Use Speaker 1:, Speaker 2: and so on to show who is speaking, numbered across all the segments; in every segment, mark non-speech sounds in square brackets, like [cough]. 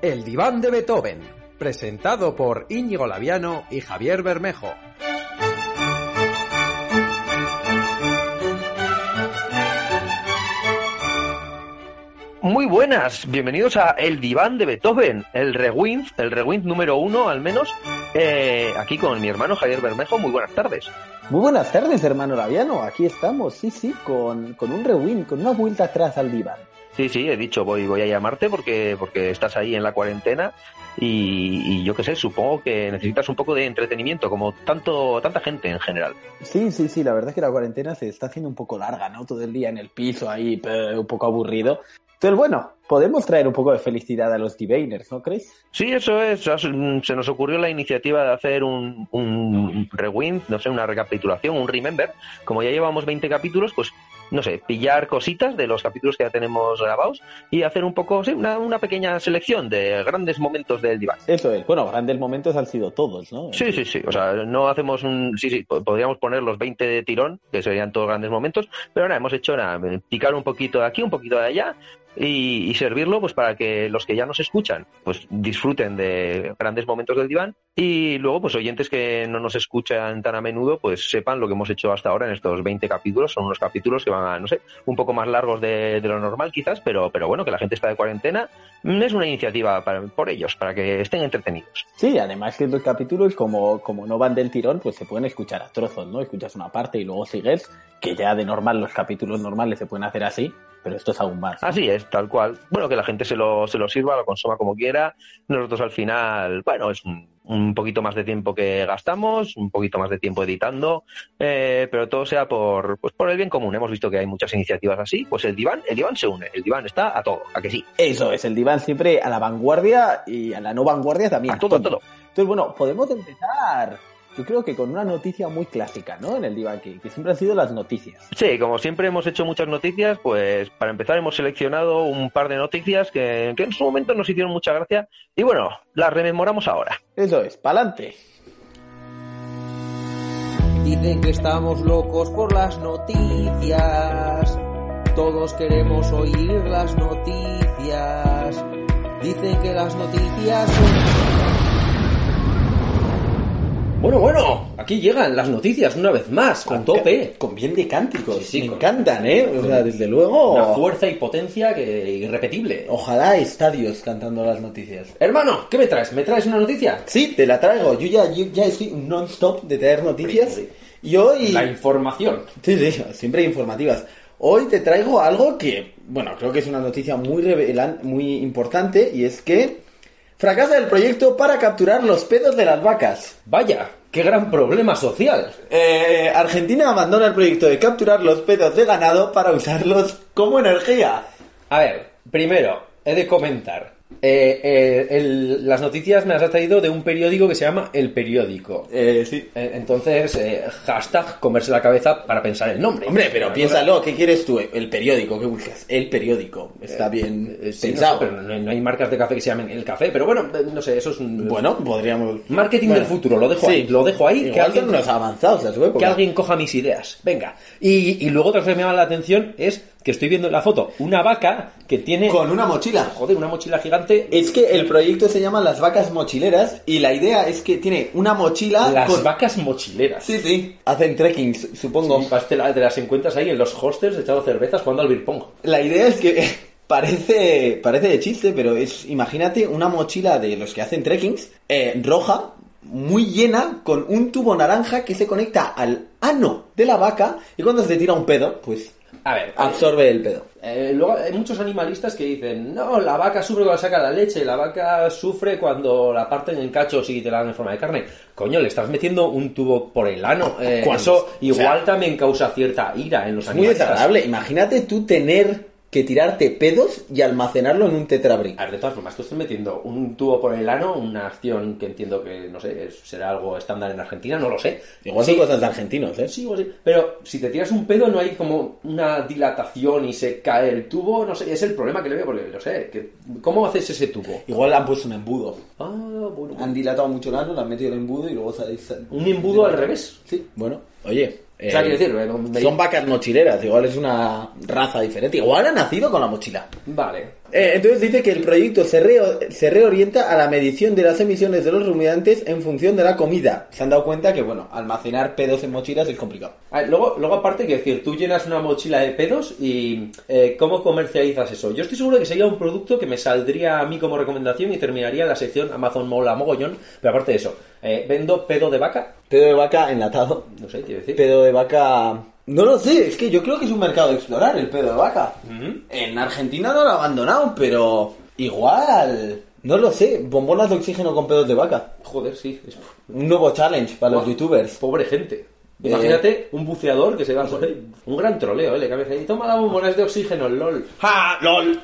Speaker 1: El diván de Beethoven, presentado por Íñigo Laviano y Javier Bermejo.
Speaker 2: Muy buenas, bienvenidos a El Diván de Beethoven, el Rewind, el Rewind número uno al menos, eh, aquí con mi hermano Javier Bermejo. Muy buenas tardes.
Speaker 3: Muy buenas tardes, hermano Laviano. Aquí estamos, sí, sí, con, con un Rewind, con una vuelta atrás al diván.
Speaker 2: Sí, sí, he dicho, voy, voy a llamarte porque, porque estás ahí en la cuarentena y, y yo qué sé, supongo que necesitas un poco de entretenimiento, como tanto, tanta gente en general.
Speaker 3: Sí, sí, sí, la verdad es que la cuarentena se está haciendo un poco larga, ¿no? Todo el día en el piso ahí, eh, un poco aburrido. Entonces, bueno, podemos traer un poco de felicidad a los Divainers, ¿no crees?
Speaker 2: Sí, eso es. Se nos ocurrió la iniciativa de hacer un, un rewind, no sé, una recapitulación, un remember. Como ya llevamos 20 capítulos, pues no sé, pillar cositas de los capítulos que ya tenemos grabados y hacer un poco, sí, una, una pequeña selección de grandes momentos del diván.
Speaker 3: Eso es, bueno, grandes momentos han sido todos, ¿no?
Speaker 2: Sí, sí, sí, o sea, no hacemos un, sí, sí, podríamos poner los 20 de tirón, que serían todos grandes momentos, pero ahora hemos hecho, nada, eh, picar un poquito de aquí, un poquito de allá. Y, y servirlo pues para que los que ya nos escuchan pues disfruten de grandes momentos del diván y luego pues oyentes que no nos escuchan tan a menudo pues sepan lo que hemos hecho hasta ahora en estos 20 capítulos son unos capítulos que van no sé, un poco más largos de, de, lo normal quizás, pero, pero bueno, que la gente está de cuarentena, es una iniciativa para, por ellos, para que estén entretenidos.
Speaker 3: Sí, además que los capítulos, como, como no van del tirón, pues se pueden escuchar a trozos, ¿no? Escuchas una parte y luego sigues, que ya de normal los capítulos normales se pueden hacer así, pero esto es aún más.
Speaker 2: ¿no? Así es, tal cual. Bueno, que la gente se lo, se lo sirva, lo consuma como quiera. Nosotros al final, bueno, es un, un poquito más de tiempo que gastamos, un poquito más de tiempo editando, eh, pero todo sea por, pues por el bien común. Hemos visto que hay muchas iniciativas así, pues el diván, el diván se une, el diván está a todo, a que sí.
Speaker 3: Eso es, el diván siempre a la vanguardia y a la no vanguardia también.
Speaker 2: A todo, a todo.
Speaker 3: Entonces, bueno, podemos empezar yo creo que con una noticia muy clásica, ¿no? En el diván, que, que, siempre han sido las noticias.
Speaker 2: Sí, como siempre hemos hecho muchas noticias, pues para empezar hemos seleccionado un par de noticias que, que en su momento nos hicieron mucha gracia y bueno, las rememoramos ahora.
Speaker 3: Eso es, pa'lante.
Speaker 4: Dicen que estamos locos por las noticias, todos queremos oír las noticias, dicen que las noticias son...
Speaker 2: Bueno, bueno, aquí llegan las noticias una vez más, con, tope.
Speaker 3: Con bien de cánticos.
Speaker 2: Sí, sí,
Speaker 3: me
Speaker 2: con-
Speaker 3: encantan, ¿eh? O sea, desde luego.
Speaker 2: Una fuerza y potencia que irrepetible.
Speaker 3: Ojalá estadios cantando las noticias.
Speaker 2: Hermano, ¿qué me traes? ¿Me traes una noticia?
Speaker 3: Sí, te la traigo. Yo ya, yo ya estoy non-stop de traer noticias. Y hoy.
Speaker 2: La información.
Speaker 3: Sí, sí, siempre informativas. Hoy te traigo algo que, bueno, creo que es una noticia muy, revelan- muy importante y es que. Fracasa el proyecto para capturar los pedos de las vacas.
Speaker 2: Vaya, qué gran problema social.
Speaker 3: Eh, Argentina abandona el proyecto de capturar los pedos de ganado para usarlos como energía.
Speaker 2: A ver, primero, he de comentar. Eh, eh, el- las noticias me las ha traído de un periódico que se llama El Periódico.
Speaker 3: Eh, sí.
Speaker 2: Eh, entonces, eh, hashtag comerse la cabeza para pensar el nombre.
Speaker 3: Hombre, pero piénsalo, ¿qué quieres tú? El periódico, ¿qué buscas? El periódico. Está bien
Speaker 2: Eh, sí, no sé,
Speaker 3: pensado.
Speaker 2: pero no, no hay marcas de café que se llamen el café, pero bueno, eh, no sé, eso es un...
Speaker 3: Bueno, podríamos...
Speaker 2: Marketing
Speaker 3: Bueno,
Speaker 2: del futuro, lo dejo
Speaker 3: sí.
Speaker 2: ahí, lo dejo ahí, que
Speaker 3: Igual
Speaker 2: alguien,
Speaker 3: son unos avanzados a su época.
Speaker 2: que alguien coja mis ideas, venga. Y, y luego otra cosa que me llama la atención es que estoy viendo en la foto una vaca que tiene,
Speaker 3: Con una mochila.
Speaker 2: joder, una mochila gigante,
Speaker 3: Es que el proyecto se llama Las Vacas Mochileras y la idea es que tiene una mochila
Speaker 2: las
Speaker 3: Ah, con...
Speaker 2: vacas mochileras.
Speaker 3: Sí, sí. Hacen trekking, su- supongo.
Speaker 2: Y vas, te, la- te las encuentras ahí en los hostels echando cervezas jugando al beer pong.
Speaker 3: La idea es que [laughs] parece, parece de chiste, pero es, imagínate una mochila de los que hacen trekkings, eh, roja, muy llena, con un tubo naranja que se conecta al ano de la vaca y cuando se tira un pedo, pues
Speaker 2: A ver,
Speaker 3: absorbe el pedo.
Speaker 2: Eh, luego hay muchos animalistas que dicen, no, la vaca sufre cuando saca la leche, la vaca sufre cuando la parten en cachos y te la dan en forma de carne. Coño, le estás metiendo un tubo por el ano. Eh,
Speaker 3: ¿Cuándo?
Speaker 2: eso
Speaker 3: O sea,
Speaker 2: igual también causa cierta ira en los
Speaker 3: Muy
Speaker 2: animalistas.
Speaker 3: desagradable. Imagínate tú tener que tirarte pedos y almacenarlo en un tetrabric.
Speaker 2: A ver, de todas formas, tú estás metiendo un tubo por el ano, una acción que entiendo que, no sé, es- será algo estándar en Argentina, no lo sé.
Speaker 3: Igual son
Speaker 2: Sí,
Speaker 3: cosas de argentinos, ¿eh?
Speaker 2: Sí, o sí. Pero si te tiras un pedo, no hay como una dilatación y se cae el tubo. No sé, es el problema que le veo, porque no sé, que, ¿cómo haces ese tubo?
Speaker 3: Igual han puesto un embudo.
Speaker 2: Ah, bueno.
Speaker 3: Han dilatado mucho el ano, le han metido el embudo y luego sale- sale-
Speaker 2: Un embudo al revés.
Speaker 3: Sí, bueno, oye.
Speaker 2: O sea, quiero decir, eh, me-
Speaker 3: Son vacas mochileras, igual es una raza diferente. Igual ha nacido con la mochila.
Speaker 2: Vale.
Speaker 3: Eh, entonces dice que el proyecto se, reo- se reorienta a la medición de las emisiones de los rumiantes en función de la comida. Se han dado cuenta que, bueno, almacenar pedos en mochilas es complicado.
Speaker 2: A ver, Luego, luego aparte, que decir, tú llenas una mochila de pedos y eh, ¿cómo comercializas eso? Yo estoy seguro que sería un producto que me saldría a mí como recomendación y terminaría en la sección Amazon Mola Mogollón. Pero aparte de eso, eh, vendo pedo de vaca,
Speaker 3: Pedo de vaca enlatado.
Speaker 2: no sé, quiero decir.
Speaker 3: Pedo de vaca... No lo sé, es que yo creo que es un mercado de explorar el pedo de vaca. En Argentina no lo abandonaron, pero igual... No lo sé, bombonas de oxígeno con pedos de vaca.
Speaker 2: Joder, sí. es- Eh,
Speaker 3: Un nuevo challenge para los
Speaker 2: Guau.
Speaker 3: youtubers.
Speaker 2: Pobre gente. Imagínate un buceador que se va a Un gran troleo, ¿eh? Le cambias ahí. Toma la bombonas de oxígeno, lol.
Speaker 3: ¡Ja! ¡Lol!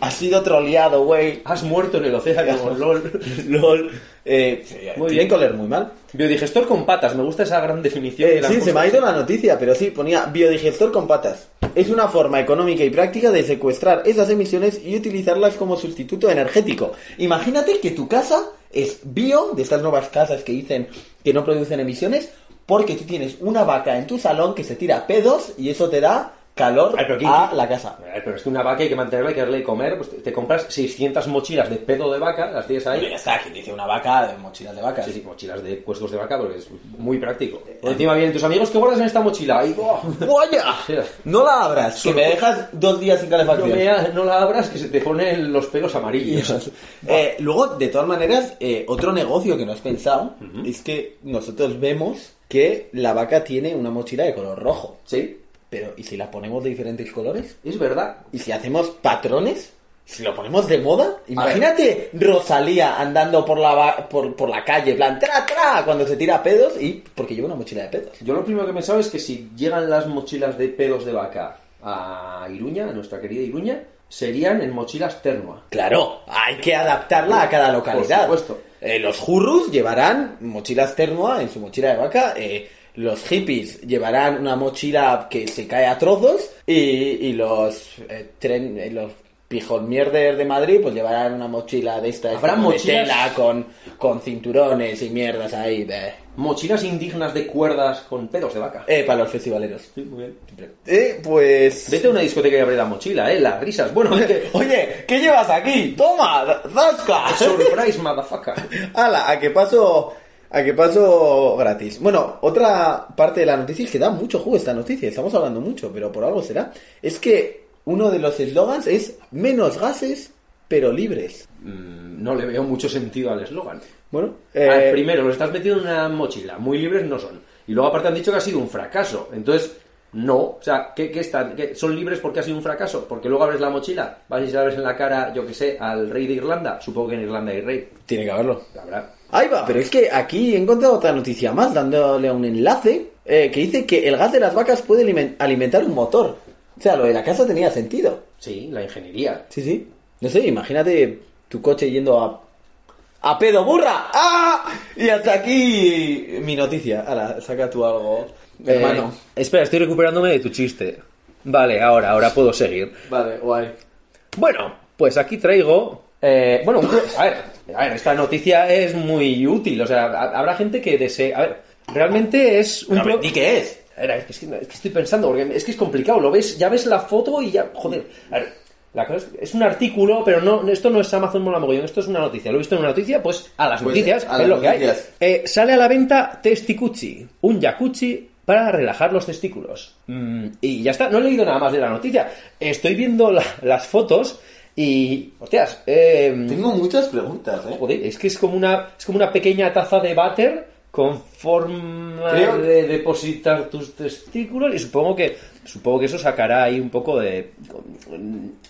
Speaker 3: Has sido troleado, güey.
Speaker 2: Has muerto en el
Speaker 3: [laughs]
Speaker 2: océano, lol.
Speaker 3: ¡Lol! Eh, muy
Speaker 2: Muy
Speaker 3: bien,
Speaker 2: bien.
Speaker 3: coler muy mal.
Speaker 2: Biodigestor con patas, me gusta esa gran definición.
Speaker 3: Eh,
Speaker 2: que le han
Speaker 3: sí, se
Speaker 2: puesto.
Speaker 3: me ha ido la noticia, pero sí, ponía biodigestor con patas. Es una forma económica y práctica de secuestrar esas emisiones y utilizarlas como sustituto energético. Imagínate que tu casa es bio, de estas nuevas casas que dicen que no producen emisiones, porque tú tienes una vaca en tu salón que se tira pedos y eso te da calor
Speaker 2: Ay, pero ¿quién-
Speaker 3: a la casa.
Speaker 2: Ay, Eh, Pero es que una vaca hay que mantenerla, hay que darle de comer. Pues te- te compras 600 mochilas de pedo de vaca, las tienes ahí.
Speaker 3: está, quien dice una vaca, mochilas de vaca.
Speaker 2: Sí, sí, mochilas de cuescos de vaca porque es muy práctico. Por encima vienen tus amigos, ¿qué guardas en esta mochila? oh, Y, ¡buah!
Speaker 3: [laughs] ¡Vaya! No la abras, que me dejas dos días sin
Speaker 2: no,
Speaker 3: calefacción.
Speaker 2: mea- no la abras que se te ponen los pelos
Speaker 3: [laughs]
Speaker 2: amarillos.
Speaker 3: Eh, luego, de todas maneras, eh, otro negocio que no has pensado es que nosotros vemos que la vaca tiene una mochila de color rojo.
Speaker 2: ¿Sí?
Speaker 3: Pero, ¿y si la ponemos de diferentes colores?
Speaker 2: Es verdad.
Speaker 3: ¿Y si hacemos patrones? ¿Si lo ponemos de moda? Imagínate Rosalía andando por la, va- por, por la calle, en plan, tra, tra, cuando se tira pedos y porque lleva una mochila de pedos.
Speaker 2: Yo lo primero que pensaba es que si llegan las mochilas de pedos de vaca a Iruña, a nuestra querida Iruña, serían en mochilas ternua.
Speaker 3: Claro, hay que adaptarla a cada localidad.
Speaker 2: Por supuesto.
Speaker 3: Eh, los jurrus llevarán mochilas ternua en su mochila de vaca. eh, los hippies llevarán una mochila que se cae a trozos. Y, y los eh, tren, eh, los pijolmierder de Madrid pues llevarán una mochila de estas
Speaker 2: Habrá
Speaker 3: como de
Speaker 2: mochilas-
Speaker 3: tela con, con cinturones y mierdas ahí. bleh.
Speaker 2: Mochilas indignas de cuerdas con pedos de vaca.
Speaker 3: Eh, para los festivaleros.
Speaker 2: Sí, muy bien.
Speaker 3: Eh, pues...
Speaker 2: Vete a una discoteca y abre la mochila, eh, las risas. [laughs] Bueno, es que...
Speaker 3: [laughs] Oye, ¿qué llevas aquí? ¡Toma! ¡Zasca! [laughs]
Speaker 2: Surprise, motherfucker.
Speaker 3: Ala, a que paso. A que paso gratis. Bueno, otra parte de la noticia es que da mucho jugo esta noticia. Estamos hablando mucho, pero por algo será. Es que uno de los eslogans es menos gases, pero libres.
Speaker 2: Mm, No le veo mucho sentido al eslogan.
Speaker 3: Bueno,
Speaker 2: Ah,
Speaker 3: eh,
Speaker 2: primero, los estás metiendo en una mochila, muy libres no son. Y luego aparte han dicho que ha sido un fracaso. Entonces, no. O sea, ¿qué, qué están? ¿Qué- ¿Son libres porque ha sido un fracaso? Porque luego abres la mochila, vas y se la abres en la cara, yo que sé, al rey de Irlanda. Supongo que en Irlanda hay rey.
Speaker 3: tiene que haberlo.
Speaker 2: Habrá.
Speaker 3: Ahí va, pero es que aquí he encontrado otra noticia más, dándole un enlace, eh, que dice que el gas de las vacas puede alimen- alimentar un motor. O sea, lo de la casa tenía sentido.
Speaker 2: Sí, la ingeniería.
Speaker 3: Sí, sí. No sé, imagínate tu coche yendo a. ¡A pedo burra! ¡Ah! Y hasta aquí mi noticia. Ahora, saca tú algo, hermano.
Speaker 2: Eh, espera, estoy recuperándome de tu chiste. Vale, ahora, ahora puedo seguir.
Speaker 3: Vale, guay.
Speaker 2: Bueno, pues aquí traigo. eh, bueno, a ver, a ver, esta noticia es muy útil. O sea, ha- habrá gente que desee. A ver, realmente es un. pro-
Speaker 3: ¿Y qué es?
Speaker 2: A ver, es, que, es que estoy pensando, porque es que es complicado. Lo ves, ya ves la foto y ya. Joder. A ver, la cosa es, es un artículo, pero no, esto no es Amazon Mola Mogollón, esto es una noticia. Lo he visto en una noticia, pues a las
Speaker 3: Pues,
Speaker 2: noticias,
Speaker 3: a las
Speaker 2: es lo
Speaker 3: noticias.
Speaker 2: que hay. Eh, sale a la venta Testicuchi, un yakuchi para relajar los testículos. Mm, y ya está, no he leído nada más de la noticia. Estoy viendo la- las fotos y. Hostias, eh,
Speaker 3: Tengo muchas preguntas, ¿eh?
Speaker 2: Joder, es que es como una, es como una pequeña taza de váter con forma
Speaker 3: Creo-
Speaker 2: de depositar tus testículos y supongo que supongo que eso sacará ahí un poco de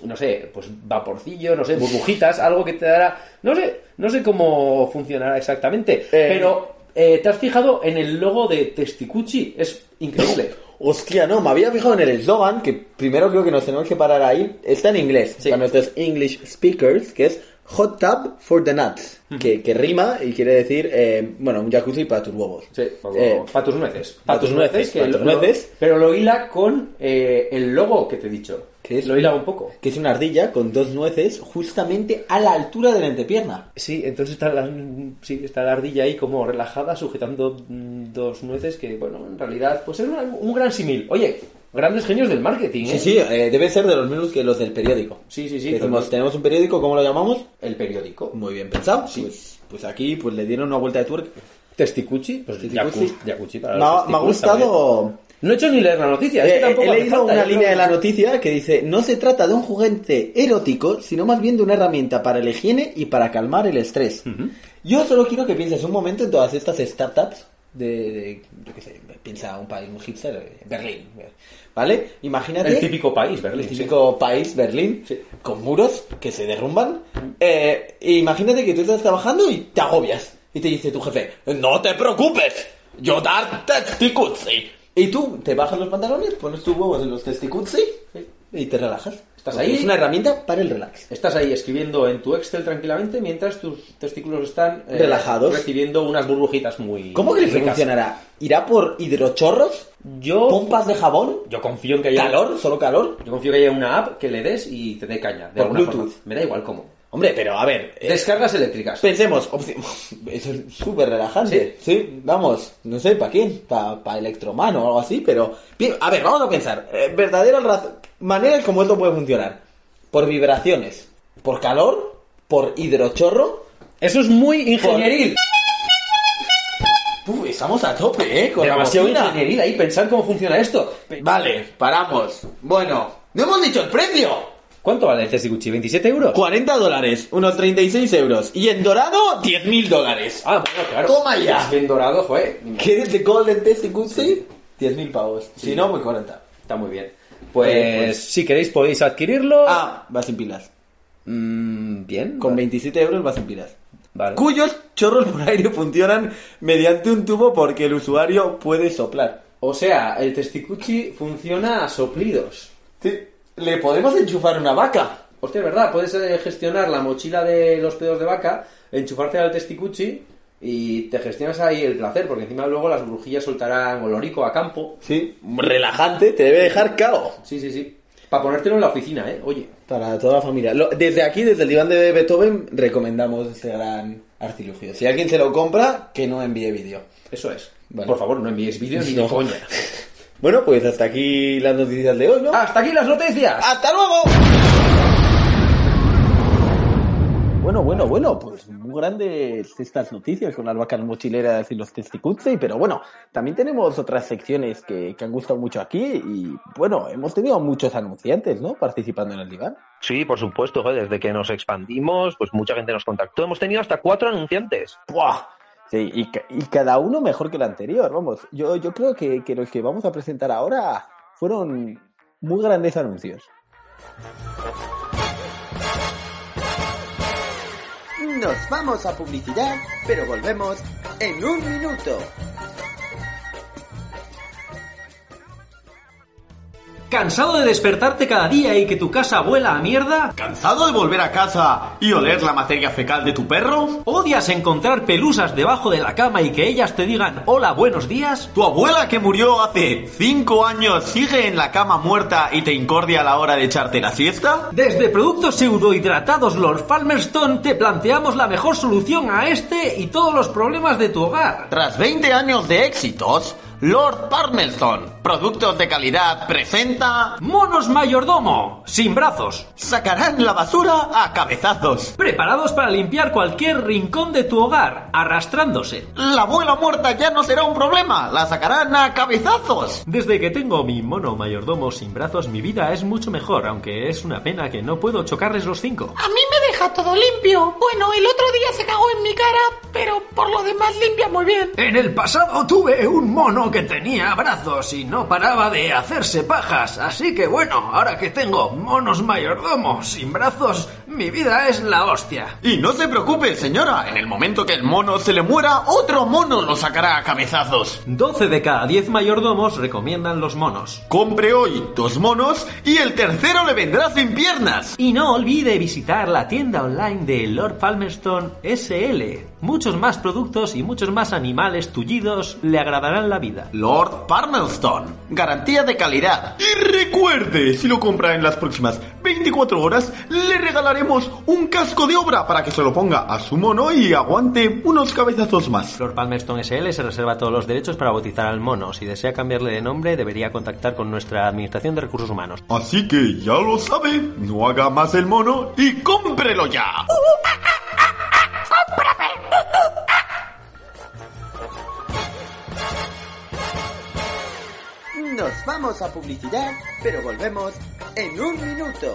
Speaker 2: no sé, pues vaporcillo, no sé, burbujitas, algo que te dará, no sé, no sé cómo funcionará exactamente,
Speaker 3: Eh. [laughs]
Speaker 2: pero eh, ¿te has fijado en el logo de Testicuchi? Es increíble.
Speaker 3: Hostia, no, me había fijado en el eslogan, que primero creo que nos tenemos que parar ahí. Está en inglés,
Speaker 5: Sí.
Speaker 3: para nuestros English speakers, que es Hot Tub for the Nuts, que, que rima y quiere decir, eh, bueno, un jacuzzi para tus huevos.
Speaker 5: Sí, o-
Speaker 3: Eh,
Speaker 5: pa' tus nueces.
Speaker 3: pa'
Speaker 5: Pa'
Speaker 3: tus nueces, pa'
Speaker 5: lo-
Speaker 3: tus nueces.
Speaker 5: pero lo hila con eh, el logo que te he dicho.
Speaker 3: ¿Qué es?
Speaker 5: Lo hila un poco.
Speaker 3: que es una ardilla con dos nueces justamente a la altura de la entrepierna.
Speaker 5: Sí, entonces está la, sí, está la ardilla ahí como relajada, sujetando mm, dos nueces que, bueno, en realidad, pues es una- un gran simil. Oye, grandes genios del marketing, ¿eh?
Speaker 3: Sí, sí, eh, debe ser de los mismos que los del periódico.
Speaker 5: Sí, sí, sí,
Speaker 3: Decimos,
Speaker 5: pero-
Speaker 3: tenemos un periódico, ¿cómo lo llamamos?
Speaker 5: El periódico.
Speaker 3: Muy bien pensado. Pues, pues aquí pues le dieron una vuelta de tuerca.
Speaker 5: Testicuchi. Pues
Speaker 3: Testicuchi.
Speaker 5: yacu- yacuchi para
Speaker 3: Me
Speaker 5: los
Speaker 3: ha, me ha
Speaker 5: testículos también.
Speaker 3: gustado...
Speaker 5: No he hecho ni leer la noticia. es que
Speaker 3: Eh,
Speaker 5: tampoco
Speaker 3: he
Speaker 5: hace
Speaker 3: leído
Speaker 5: falta,
Speaker 3: una
Speaker 5: yo creo
Speaker 3: línea de
Speaker 5: que-
Speaker 3: la noticia que dice, no se trata de un juguete erótico, sino más bien de una herramienta para la higiene y para calmar el estrés. Yo solo quiero que pienses un momento en todas estas startups de, de- yo qué sé, piensa un país, un hipster, eh, Berlín, ¿vale? Imagínate
Speaker 5: El típico país, Berlín.
Speaker 3: el
Speaker 5: sí.
Speaker 3: típico país, Berlín,
Speaker 5: Sí.
Speaker 3: con muros que se derrumban. Eh, imagínate que tú estás trabajando y te agobias. Y te dice tu jefe, no te preocupes, yo dar testicuzzi. Y tú te bajas los pantalones, pones tus huevos en los testicuzzi y te relajas.
Speaker 5: Estás
Speaker 3: Porque
Speaker 5: ahí.
Speaker 3: Es una herramienta para el relax.
Speaker 5: Estás ahí escribiendo en tu Excel tranquilamente mientras tus testículos están eh,
Speaker 3: Relajados.
Speaker 5: Recibiendo unas burbujitas muy.
Speaker 3: ¿Cómo crees que
Speaker 5: ricas.
Speaker 3: funcionará? ¿Irá por hidrochorros?
Speaker 5: Yo.
Speaker 3: ¿Pompas de jabón?
Speaker 5: Yo confío en que haya.
Speaker 3: ¿Calor? ¿Solo calor?
Speaker 5: Yo confío que haya una app que le des y te dé caña. De
Speaker 3: Por
Speaker 5: alguna
Speaker 3: Bluetooth.
Speaker 5: forma. Me da igual cómo.
Speaker 3: Hombre, pero a ver, eh,
Speaker 5: Descargas eléctricas.
Speaker 3: Pensemos, opci- [laughs] eso es súper relajante. Sí. vamos, no sé, ¿para quién? ¿Para Electromano o algo así? Pero, pi- a ver, vamos a pensar. eh, verdaderas raz- maneras como esto puede funcionar. Por vibraciones, por calor, por hidrochorro.
Speaker 5: Eso es muy ingenieril.
Speaker 3: Uf, estamos a tope, ¿eh? Con la
Speaker 5: Demasiado
Speaker 3: cocina.
Speaker 5: ingenieril ahí. Pensar cómo funciona esto. Pe-
Speaker 3: Vale, paramos. Bueno, no hemos dicho el precio.
Speaker 5: ¿Cuánto vale el testicuchi? ¿27 euros?
Speaker 3: 40 dólares, unos 36 euros. Y en dorado, 10.000 dólares.
Speaker 5: Ah, bueno, claro.
Speaker 3: Toma ya.
Speaker 5: Es bien dorado, joder.
Speaker 3: ¿Qué es de Golden Testicuzzi? 10.000 pavos. Si no, pues 40.
Speaker 5: Está muy bien.
Speaker 3: Oye,
Speaker 5: Pues
Speaker 3: pues-
Speaker 5: si queréis podéis adquirirlo.
Speaker 3: Ah, va sin pilas.
Speaker 5: Mm, bien.
Speaker 3: Con
Speaker 5: vale.
Speaker 3: 27 euros va sin pilas.
Speaker 5: Vale.
Speaker 3: Cuyos chorros por aire funcionan mediante un tubo porque el usuario puede soplar.
Speaker 5: O sea, el testicuchi funciona a soplidos.
Speaker 3: Sí, le podemos enchufar una vaca.
Speaker 5: Hostia, es verdad, puedes eh, gestionar la mochila de los pedos de vaca, enchufarte al testicuchi y te gestionas ahí el placer, porque encima luego las brujillas soltarán olorico a campo.
Speaker 3: Sí, relajante, te debe dejar cao.
Speaker 5: Sí, sí, sí. Para ponértelo en la oficina, ¿eh? Oye.
Speaker 3: Para toda la familia. Lo- desde aquí, desde el diván de Beethoven, recomendamos este gran artilugio. Si alguien se lo compra, que no envíe vídeo.
Speaker 5: Eso es.
Speaker 3: Vale.
Speaker 5: Por favor, no envíes vídeos ni de
Speaker 3: No.
Speaker 5: coña.
Speaker 3: [laughs] Bueno, pues hasta aquí las noticias de hoy, ¿no?
Speaker 5: ¡Hasta aquí las noticias!
Speaker 3: ¡Hasta luego! Bueno, bueno, bueno, pues muy grandes estas noticias con las vacas mochileras y los testicuzzi, pero bueno, también tenemos otras secciones que, que han gustado mucho aquí y bueno, hemos tenido muchos anunciantes, ¿no? Participando en el diván.
Speaker 6: Sí, por supuesto, joder, desde que nos expandimos, pues mucha gente nos contactó. Hemos tenido hasta cuatro anunciantes.
Speaker 3: ¡Buah! Sí, y, ca- y cada uno mejor que el anterior, vamos. Yo, yo creo que, que los que vamos a presentar ahora fueron muy grandes anuncios.
Speaker 7: Nos vamos a publicidad, pero volvemos en un minuto.
Speaker 2: ¿Cansado de despertarte cada día y que tu casa vuela a mierda?
Speaker 7: ¿Cansado de volver a casa y oler la materia fecal de tu perro?
Speaker 2: ¿Odias encontrar pelusas debajo de la cama y que ellas te digan hola, buenos días?
Speaker 7: ¿Tu abuela que murió hace 5 años sigue en la cama muerta y te incordia a la hora de echarte la siesta?
Speaker 2: Desde Productos Pseudohidratados Lord Palmerston te planteamos la mejor solución a este y todos los problemas de tu hogar.
Speaker 7: Tras 20 años de éxitos, Lord Parmelton, productos de calidad, presenta...
Speaker 2: Monos mayordomo, sin brazos,
Speaker 7: Sacarán la basura a cabezazos.
Speaker 2: preparados para limpiar cualquier rincón de tu hogar, arrastrándose.
Speaker 7: La abuela muerta ya no será un problema, la sacarán a cabezazos.
Speaker 2: Desde que tengo mi mono mayordomo sin brazos, mi vida es mucho mejor, aunque es una pena que no puedo chocarles los cinco.
Speaker 8: A mí me deja todo limpio. Bueno, el otro día se cagó en mi cara, pero por lo demás limpia muy bien.
Speaker 2: En el pasado tuve un mono que tenía brazos y no paraba de hacerse pajas, así que bueno, ahora que tengo monos mayordomos sin brazos, Mi vida es la hostia.
Speaker 3: Y no se preocupe, señora, en el momento que el mono se le muera, otro mono lo sacará a cabezazos.
Speaker 2: 12 de cada 10 mayordomos recomiendan los monos.
Speaker 3: Compre hoy dos monos y el tercero le vendrá sin piernas.
Speaker 2: Y no olvide visitar la tienda online de Lord Palmerston SL. Muchos más productos y muchos más animales tullidos le agradarán la vida.
Speaker 3: Lord Palmerston, garantía de calidad. Y recuerde, si lo compra en las próximas 24 horas, le regalaremos un casco de obra para que se lo ponga a su mono y aguante unos cabezazos más.
Speaker 2: Lord Palmerston SL se reserva todos los derechos para bautizar al mono. Si desea cambiarle de nombre, debería contactar con nuestra Administración de Recursos Humanos.
Speaker 3: Así que ya lo sabe, no haga más el mono y cómprelo ya.
Speaker 4: Nos vamos a publicidad, pero volvemos en un minuto.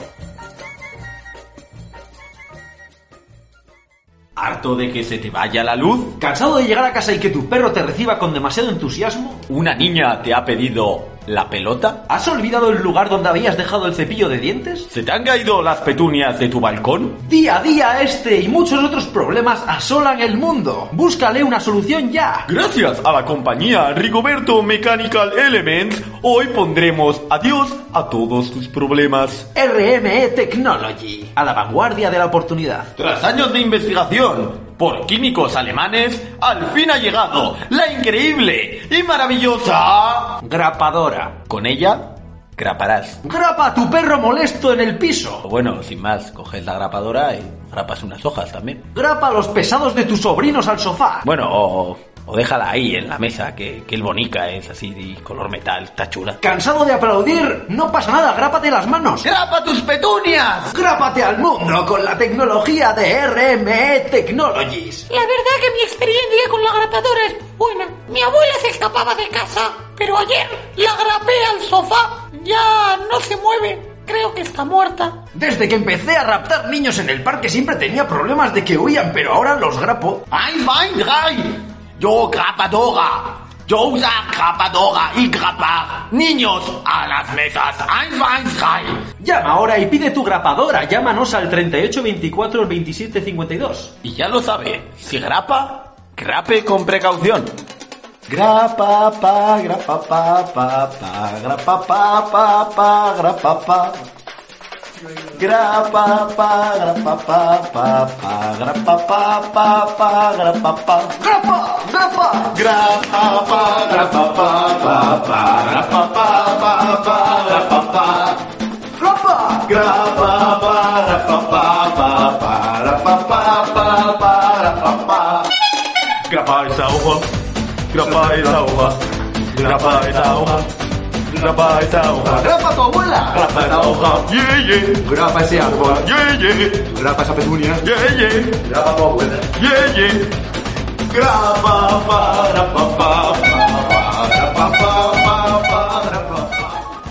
Speaker 3: ¿Harto de que se te vaya la luz?
Speaker 2: ¿Cansado de llegar a casa y que tu perro te reciba con demasiado entusiasmo?
Speaker 3: ¿Una niña te ha pedido la pelota?
Speaker 2: ¿Has olvidado el lugar donde habías dejado el cepillo de dientes?
Speaker 3: ¿Se te han caído las petunias de tu balcón?
Speaker 2: Día a día este y muchos otros problemas asolan el mundo. Búscale una solución ya.
Speaker 3: Gracias a la compañía Rigoberto Mechanical Elements, hoy pondremos adiós a todos tus problemas.
Speaker 2: RME E Technology, a la vanguardia de la oportunidad.
Speaker 3: Tras años de investigación por químicos alemanes, al fin ha llegado la increíble y maravillosa...
Speaker 2: Grapadora.
Speaker 3: Con ella, graparás.
Speaker 2: Grapa a tu perro molesto en el piso.
Speaker 3: Bueno, sin más, coges la grapadora y grapas unas hojas también.
Speaker 2: Grapa a los pesados de tus sobrinos al sofá.
Speaker 3: Bueno, o, o déjala ahí en la mesa, que, que el bonica es así de color metal, está chula.
Speaker 2: ¿Cansado de aplaudir? No pasa nada, grápate las manos.
Speaker 3: ¡Grapa tus petunias!
Speaker 2: Grápate al mundo con la tecnología de RME Technologies.
Speaker 8: La verdad que mi experiencia con la grapadora es buena. Mi abuela se escapaba de casa, pero ayer la grapé al sofá. Ya no se mueve. Creo que está muerta.
Speaker 2: Desde que empecé a raptar niños en el parque siempre tenía problemas de que huían, pero ahora los grapo.
Speaker 3: ¡Ay, fine, ay! Yo grapadora. Yo usa grapadora y grapar niños a las mesas. ¡Ay, fine, ay!
Speaker 2: Llama ahora y pide tu grapadora. Llámanos al 38 24 27 52.
Speaker 3: Y ya lo sabe, si grapa, grape con precaución. Grapa pa, grapa pa, pa, pa, grapa pa, pa, pa, grapa pa. Grapa pa, grapa pa, pa, pa, grapa pa, pa, pa, grapa pa.
Speaker 2: ¡Grapa! ¡Grapa!
Speaker 3: Grapa pa, grapa pa, pa, pa, grapa pa, pa, pa, grapa pa.
Speaker 2: ¡Grapa!
Speaker 3: Grapa pa, grapa pa, pa, pa, grapa pa, pa, pa, grapa pa. Grapa esa hoja, grapa esa hoja, grapa esa hoja, grapa esa hoja.
Speaker 2: ¡Grapa tu abuela!
Speaker 3: Grapa esa hoja, yeah, yeah.
Speaker 2: ¡Grapa ese árbol!
Speaker 3: Yeah, yeah,
Speaker 2: ¡Grapa esa petunia!
Speaker 3: yeah, yeah,
Speaker 2: ¡Grapa tu abuela!
Speaker 3: yeah, yeah. Grapa, pa, grapa, pa, pa, pa, grapa, pa, pa, pa, grapa, pa.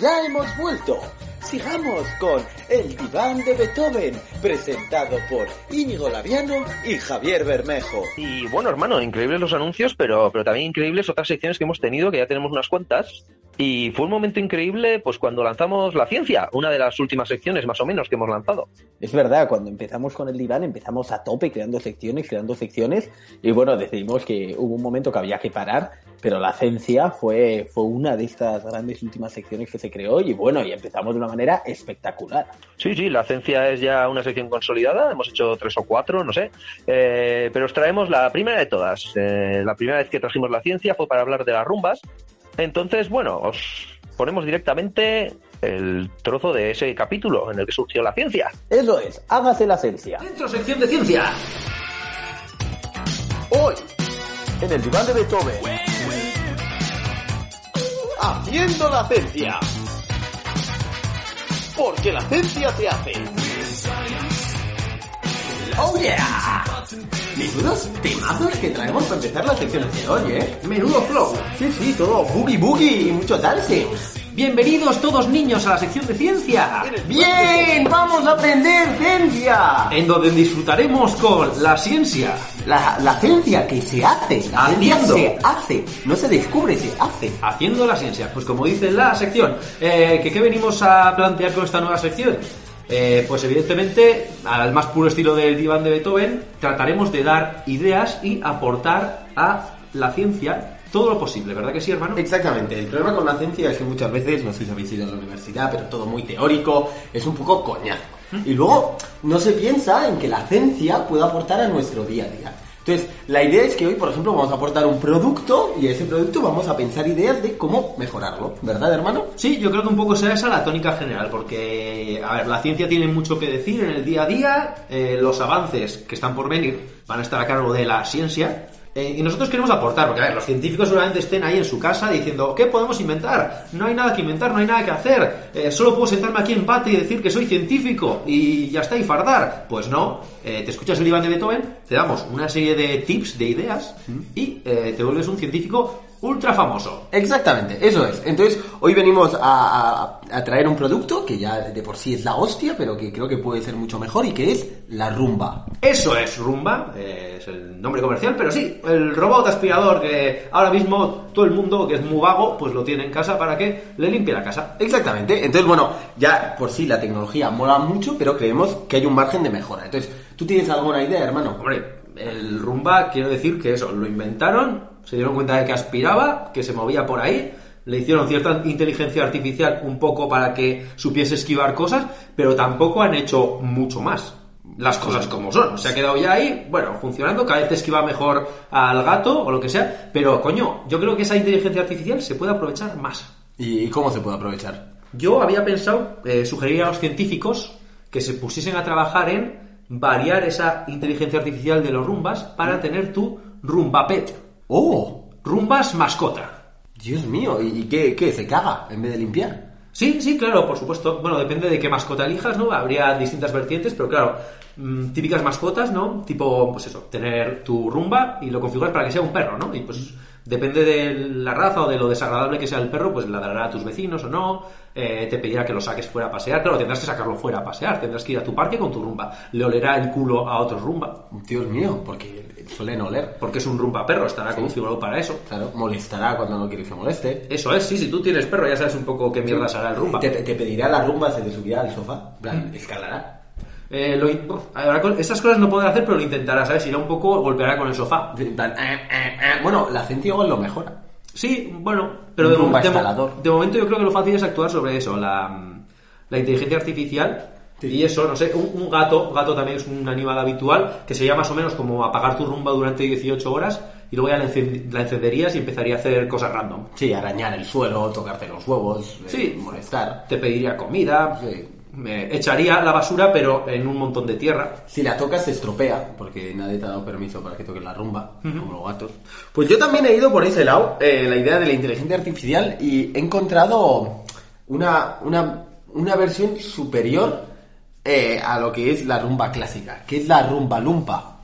Speaker 4: Ya hemos vuelto. Sigamos con El diván de Beethoven, presentado por Íñigo Laviano y Javier Bermejo.
Speaker 6: Y bueno, hermano, increíbles los anuncios, pero, pero también increíbles otras secciones que hemos tenido, que ya tenemos unas cuantas. Y fue un momento increíble, pues cuando lanzamos La Ciencia, una de las últimas secciones más o menos que hemos lanzado.
Speaker 9: Es verdad, cuando empezamos con el diván empezamos a tope creando secciones, creando secciones y bueno, decidimos que hubo un momento que había que parar, pero la ciencia fue, fue una de estas grandes últimas secciones que se creó y bueno, y empezamos de una manera espectacular.
Speaker 6: Sí, sí, La Ciencia es ya una sección consolidada, hemos hecho tres o cuatro, no sé. Eh, pero os traemos la primera de todas. Eh, la primera vez que trajimos La Ciencia fue para hablar de las rumbas. Entonces, bueno, os ponemos directamente el trozo de ese capítulo en el que surgió La Ciencia.
Speaker 9: Eso es, hágase la ciencia.
Speaker 2: Dentro sección de ciencia.
Speaker 9: Hoy, en el diván de Beethoven. Haciendo la ciencia. Porque la ciencia se hace.
Speaker 2: ¡Oh yeah!
Speaker 9: Menudos temazos que traemos para empezar las secciones de hoy, ¿eh?
Speaker 2: Menudo flow.
Speaker 9: Sí, sí, todo boogie boogie y mucho dance.
Speaker 2: Bienvenidos todos niños a la sección de ciencia. Bien, vamos
Speaker 9: a aprender ciencia.
Speaker 2: En donde disfrutaremos con la ciencia.
Speaker 9: La, la ciencia que se hace, la
Speaker 2: Haciendo.
Speaker 9: ciencia se hace, no se descubre, se hace.
Speaker 2: Haciendo la ciencia, pues como dice la sección, eh, ¿que ¿qué venimos a plantear con esta nueva sección? Eh, pues evidentemente, al más puro estilo del diván de Beethoven, trataremos de dar ideas y aportar a la ciencia todo lo posible, ¿verdad que sí, hermano?
Speaker 9: Exactamente, el problema con la ciencia es que muchas veces, no sé si habéis ido a la universidad, pero todo muy teórico, es un poco coñazo. Y luego no se piensa en que la ciencia pueda aportar a nuestro día a día. Entonces, la idea es que hoy, por ejemplo, vamos a aportar un producto y a ese producto vamos a pensar ideas de cómo mejorarlo, ¿verdad, hermano?
Speaker 2: Sí, yo creo que un poco será esa la tónica general, porque, a ver, la ciencia tiene mucho que decir en el día a día, eh, los avances que están por venir van a estar a cargo de la ciencia, eh, y nosotros queremos aportar, porque, a ver, los científicos seguramente estén ahí en su casa diciendo, ¿qué podemos inventar? No hay nada que inventar, no hay nada que hacer, eh, solo puedo sentarme aquí en bate y decir que soy científico y ya está, y fardar. Pues no, eh, te escuchas el Iván de Beethoven, te damos una serie de tips, de ideas,
Speaker 9: Mm.
Speaker 2: y eh, te vuelves un científico ultra famoso.
Speaker 9: Exactamente, eso es. Entonces, hoy venimos a, a- a traer un producto que ya de por sí es la hostia, pero que creo que puede ser mucho mejor y que es la rumba.
Speaker 2: Eso es Rumba, eh, es el nombre comercial, pero sí, el robot aspirador que ahora mismo todo el mundo, que es muy vago, pues lo tiene en casa para que le limpie la casa.
Speaker 9: Exactamente. Entonces, bueno, ya por sí la tecnología mola mucho, pero creemos que hay un margen de mejora. Entonces, ¿tú tienes alguna idea, hermano?
Speaker 2: Hombre, el Rumba, quiero decir que eso, lo inventaron, se dieron cuenta de que aspiraba, que se movía por ahí, le hicieron cierta inteligencia artificial un poco para que supiese esquivar cosas, pero tampoco han hecho mucho más. Las cosas como son. Se ha quedado ya ahí, bueno, funcionando, cada vez te esquiva mejor al gato o lo que sea, pero coño, yo creo que esa inteligencia artificial se puede aprovechar más.
Speaker 9: ¿Y cómo se puede aprovechar?
Speaker 2: Yo había pensado eh, sugerir a los científicos que se pusiesen a trabajar en variar esa inteligencia artificial de los rumbas para tener tu rumba pet.
Speaker 9: ¡Oh!
Speaker 2: Rumbas mascota.
Speaker 9: Dios mío, ¿y y qué, qué? ¿Se caga en vez de limpiar?
Speaker 2: Sí, sí, claro, por supuesto. Bueno, depende de qué mascota elijas, ¿no? Habría distintas vertientes, pero claro, mm, típicas mascotas, ¿no? Tipo, pues eso, tener tu rumba y lo configuras para que sea un perro, ¿no? Y pues depende de la raza o de lo desagradable que sea el perro, pues ladrará a tus vecinos o no, eh, te pedirá que lo saques fuera a pasear. Claro, tendrás que sacarlo fuera a pasear, tendrás que ir a tu parque con tu rumba. Le olerá el culo a otro rumba,
Speaker 9: Dios mío, porque suelen oler.
Speaker 2: porque es un rumba perro, estará configurado para eso.
Speaker 9: Claro, molestará cuando no quieres que moleste.
Speaker 2: Eso es, sí, si tú tienes perro ya sabes un poco qué mierda será el rumba.
Speaker 9: Te, te pedirá la rumba, se te subirá al sofá. En plan, escalará.
Speaker 2: Eh, lo in- buf, habrá cos- estas cosas no podrá hacer, pero lo intentará, ¿sabes? Irá un poco, golpeará con el sofá.
Speaker 9: En plan, eh, eh, eh. Bueno, la ciencia igual lo mejora.
Speaker 2: Sí, bueno, pero de,
Speaker 9: Un rumba
Speaker 2: mo- de mo-
Speaker 9: instalador.
Speaker 2: de momento yo creo que lo fácil es actuar sobre eso, la, mm, la inteligencia artificial. Y eso, no sé, un, un gato, gato también es un animal habitual, que sería más o menos como apagar tu rumba durante 18 horas y luego ya la, encend- la encenderías y empezaría a hacer cosas random.
Speaker 9: Sí, arañar el suelo, tocarte los huevos, eh,
Speaker 2: Sí.
Speaker 9: molestar.
Speaker 2: Te pediría comida,
Speaker 9: Sí.
Speaker 2: eh, echaría la basura, pero en un montón de tierra.
Speaker 9: Si la tocas se estropea, porque nadie te ha dado permiso para que toques la rumba, como los gatos. Pues yo también he ido por ese lado, eh, la idea de la inteligencia artificial, y he encontrado una, una, una versión superior eh, a lo que es la rumba clásica, que es la rumba lumpa.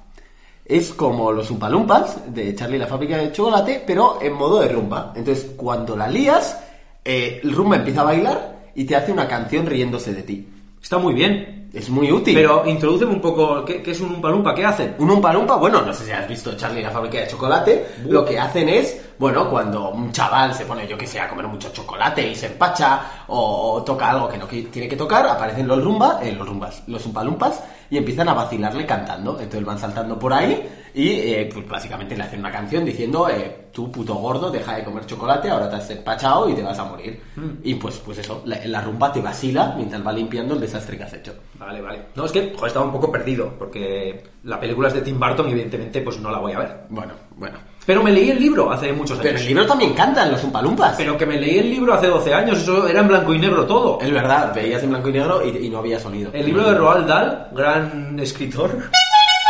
Speaker 9: Es como los umpalumpas de Charlie y la fábrica de chocolate, pero en modo de rumba. Entonces, cuando la lías, eh, el rumba empieza a bailar y te hace una canción riéndose de ti.
Speaker 2: Está muy bien.
Speaker 9: Es muy útil.
Speaker 2: Pero introduceme un poco, ¿qué, qué es un palumpa? ¿Qué hacen?
Speaker 9: Un Oompa Loompa, bueno, no sé si has visto Charlie y la fábrica de chocolate, lo que hacen es, bueno, cuando un chaval se pone, yo que sé, a comer mucho chocolate y se empacha, o, o toca algo que no qui- tiene que tocar, aparecen los rumba, eh, los rumbas, los Oompa Loompas, y empiezan a vacilarle cantando, entonces van saltando por ahí, y eh, pues básicamente le hacen una canción diciendo, eh, tú puto gordo, deja de comer chocolate, ahora te has empachado y te vas a morir. Y pues, pues eso, la, la rumba te vacila mientras va limpiando el desastre que has hecho.
Speaker 2: Vale, vale. No, es que, joder, estaba un poco perdido, porque la película es de Tim Burton y evidentemente pues no la voy a ver.
Speaker 9: Bueno, bueno.
Speaker 2: Pero me leí el libro hace muchos años.
Speaker 9: Pero el libro también cantan los umpalumpas.
Speaker 2: Pero que me leí el libro hace 12 años, eso era en blanco y negro todo.
Speaker 9: Es verdad, veías en blanco y negro y, y no había sonido.
Speaker 2: El libro de Roald Dahl, gran escritor. [laughs]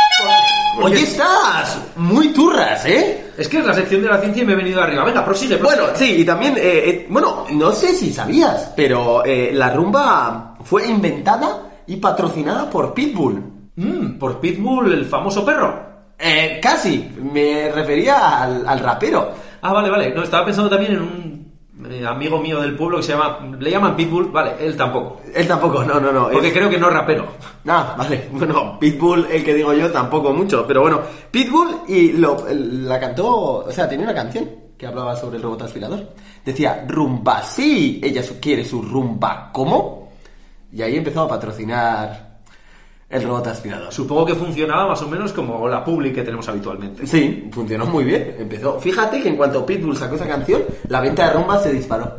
Speaker 9: Oye, estás muy turras, ¿eh?
Speaker 2: Es que es la sección de la ciencia y me he venido arriba. Venga, prosigue, prosigue.
Speaker 9: Bueno, sí, y también, eh, eh, bueno, no sé si sabías, pero eh, la rumba fue inventada y patrocinada por Pitbull.
Speaker 2: Mm, por Pitbull, el famoso perro.
Speaker 9: Eh, casi, me refería al, al rapero.
Speaker 2: Ah, vale, vale. No, estaba pensando también en un eh, amigo mío del pueblo que se llama. Le llaman Pitbull, vale, él tampoco.
Speaker 3: Él tampoco, no, no, no.
Speaker 2: Porque
Speaker 3: es-
Speaker 2: creo que no es rapero.
Speaker 3: Ah, vale. [laughs] Bueno, Pitbull, el que digo yo, tampoco mucho. Pero bueno, Pitbull y lo- la cantó, o sea, tenía una canción que hablaba sobre el robot aspirador. Decía, rumba, sí, ella su- quiere su rumba, ¿cómo? Y ahí empezó a patrocinar el robot aspirador. Su-
Speaker 2: Supongo que funcionaba más o menos como la public que tenemos habitualmente.
Speaker 3: Sí, funcionó muy bien, empezó. Fíjate que en cuanto Pitbull sacó esa canción, la venta de rumba se disparó.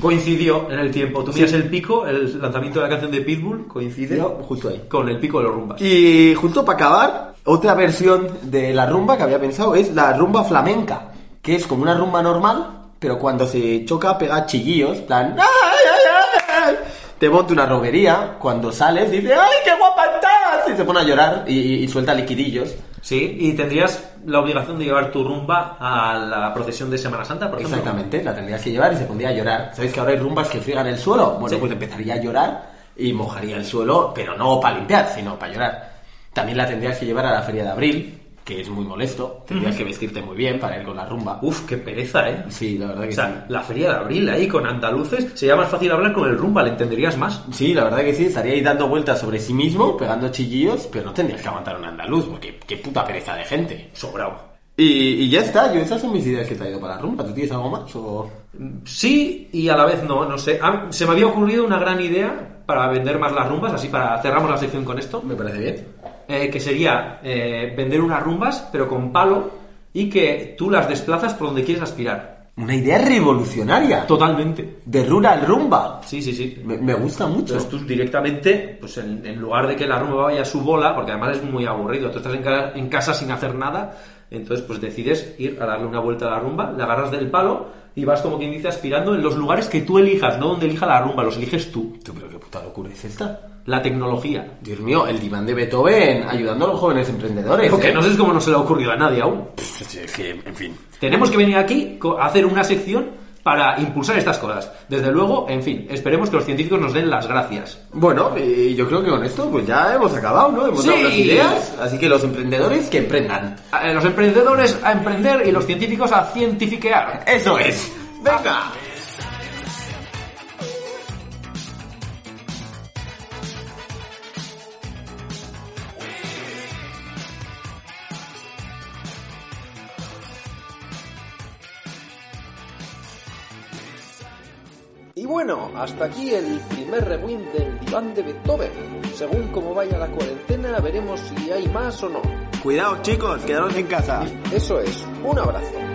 Speaker 2: Coincidió en el tiempo. Tú miras el pico, el lanzamiento de la canción de Pitbull coincide
Speaker 3: Yo, justo ahí.
Speaker 2: con el pico de los rumbas.
Speaker 3: Y justo para acabar, otra versión de la rumba que había pensado es la rumba flamenca, que es como una rumba normal, pero cuando se choca pega chillillos, plan... ¡Ay, ay, ay! Te monta una roguería, cuando sales dice ¡Ay, qué guapa estás! Y se pone a llorar y, y- y suelta liquidillos.
Speaker 2: Sí, y tendrías la obligación de llevar tu rumba a la procesión de Semana Santa, por ejemplo.
Speaker 3: Exactamente, la tendrías que llevar y se pondría a llorar. ¿Sabéis que ahora hay rumbas que friegan el suelo? Bueno,
Speaker 2: Sí.
Speaker 3: pues empezaría a llorar y mojaría el suelo, pero no para limpiar, sino para llorar. También la tendrías que llevar a la feria de abril, que es muy molesto. Tendrías que vestirte muy bien para ir con la rumba.
Speaker 2: Uf, qué pereza, ¿eh?
Speaker 3: Sí, la verdad que
Speaker 2: O
Speaker 3: sí.
Speaker 2: sea, la feria de abril ahí con andaluces sería más fácil hablar con el rumba, le entenderías más.
Speaker 3: Sí, la verdad que sí, estaría ahí dando vueltas sobre sí mismo, pegando chillillos, pero no tendrías que aguantar un andaluz, porque qué puta pereza de gente.
Speaker 2: Sobrado.
Speaker 3: Y, y ya está, yo esas son mis ideas que he traído para la rumba. ¿Tú tienes algo más? O...
Speaker 2: Sí y a la vez no, no sé. Ah, se me había ocurrido una gran idea para vender más las rumbas, así para cerramos la sección con esto.
Speaker 3: Me parece bien.
Speaker 2: Eh, que sería eh, vender unas rumbas, pero con palo, y que tú las desplazas por donde quieres aspirar.
Speaker 3: Una idea revolucionaria.
Speaker 2: Totalmente.
Speaker 3: De rural rumba.
Speaker 2: Sí, sí, sí.
Speaker 3: Me, me gusta mucho.
Speaker 2: Entonces tú directamente, pues en, en lugar de que la rumba vaya a su bola, porque además es muy aburrido, tú estás en, ca- en casa sin hacer nada, entonces pues decides ir a darle una vuelta a la rumba, la agarras del palo y vas como quien dice aspirando en los lugares que tú elijas, no donde elija la rumba, los eliges tú.
Speaker 3: Tú, pero qué puta locura es esta.
Speaker 2: La tecnología.
Speaker 3: Dios mío, el diván de Beethoven ayudando a los jóvenes emprendedores.
Speaker 2: Porque
Speaker 3: ¿eh?
Speaker 2: no sé cómo no se le ha ocurrido a nadie aún.
Speaker 3: Pff, es que, en fin.
Speaker 2: Tenemos que venir aquí co- a hacer una sección para impulsar estas cosas. Desde luego, en fin, esperemos que los científicos nos den las gracias.
Speaker 3: Bueno, y yo creo que con esto pues ya hemos acabado, ¿no? Hemos dado
Speaker 2: Sí.
Speaker 3: las ideas, así que los emprendedores que emprendan.
Speaker 2: A- eh, Los emprendedores a emprender y los científicos a cientifiquear.
Speaker 3: Eso es. Venga.
Speaker 4: Y bueno, hasta aquí el primer rewind del diván de Beethoven. Según como vaya la cuarentena, veremos si hay más o no.
Speaker 3: Cuidado chicos, quedaros en casa.
Speaker 4: Eso es, un abrazo.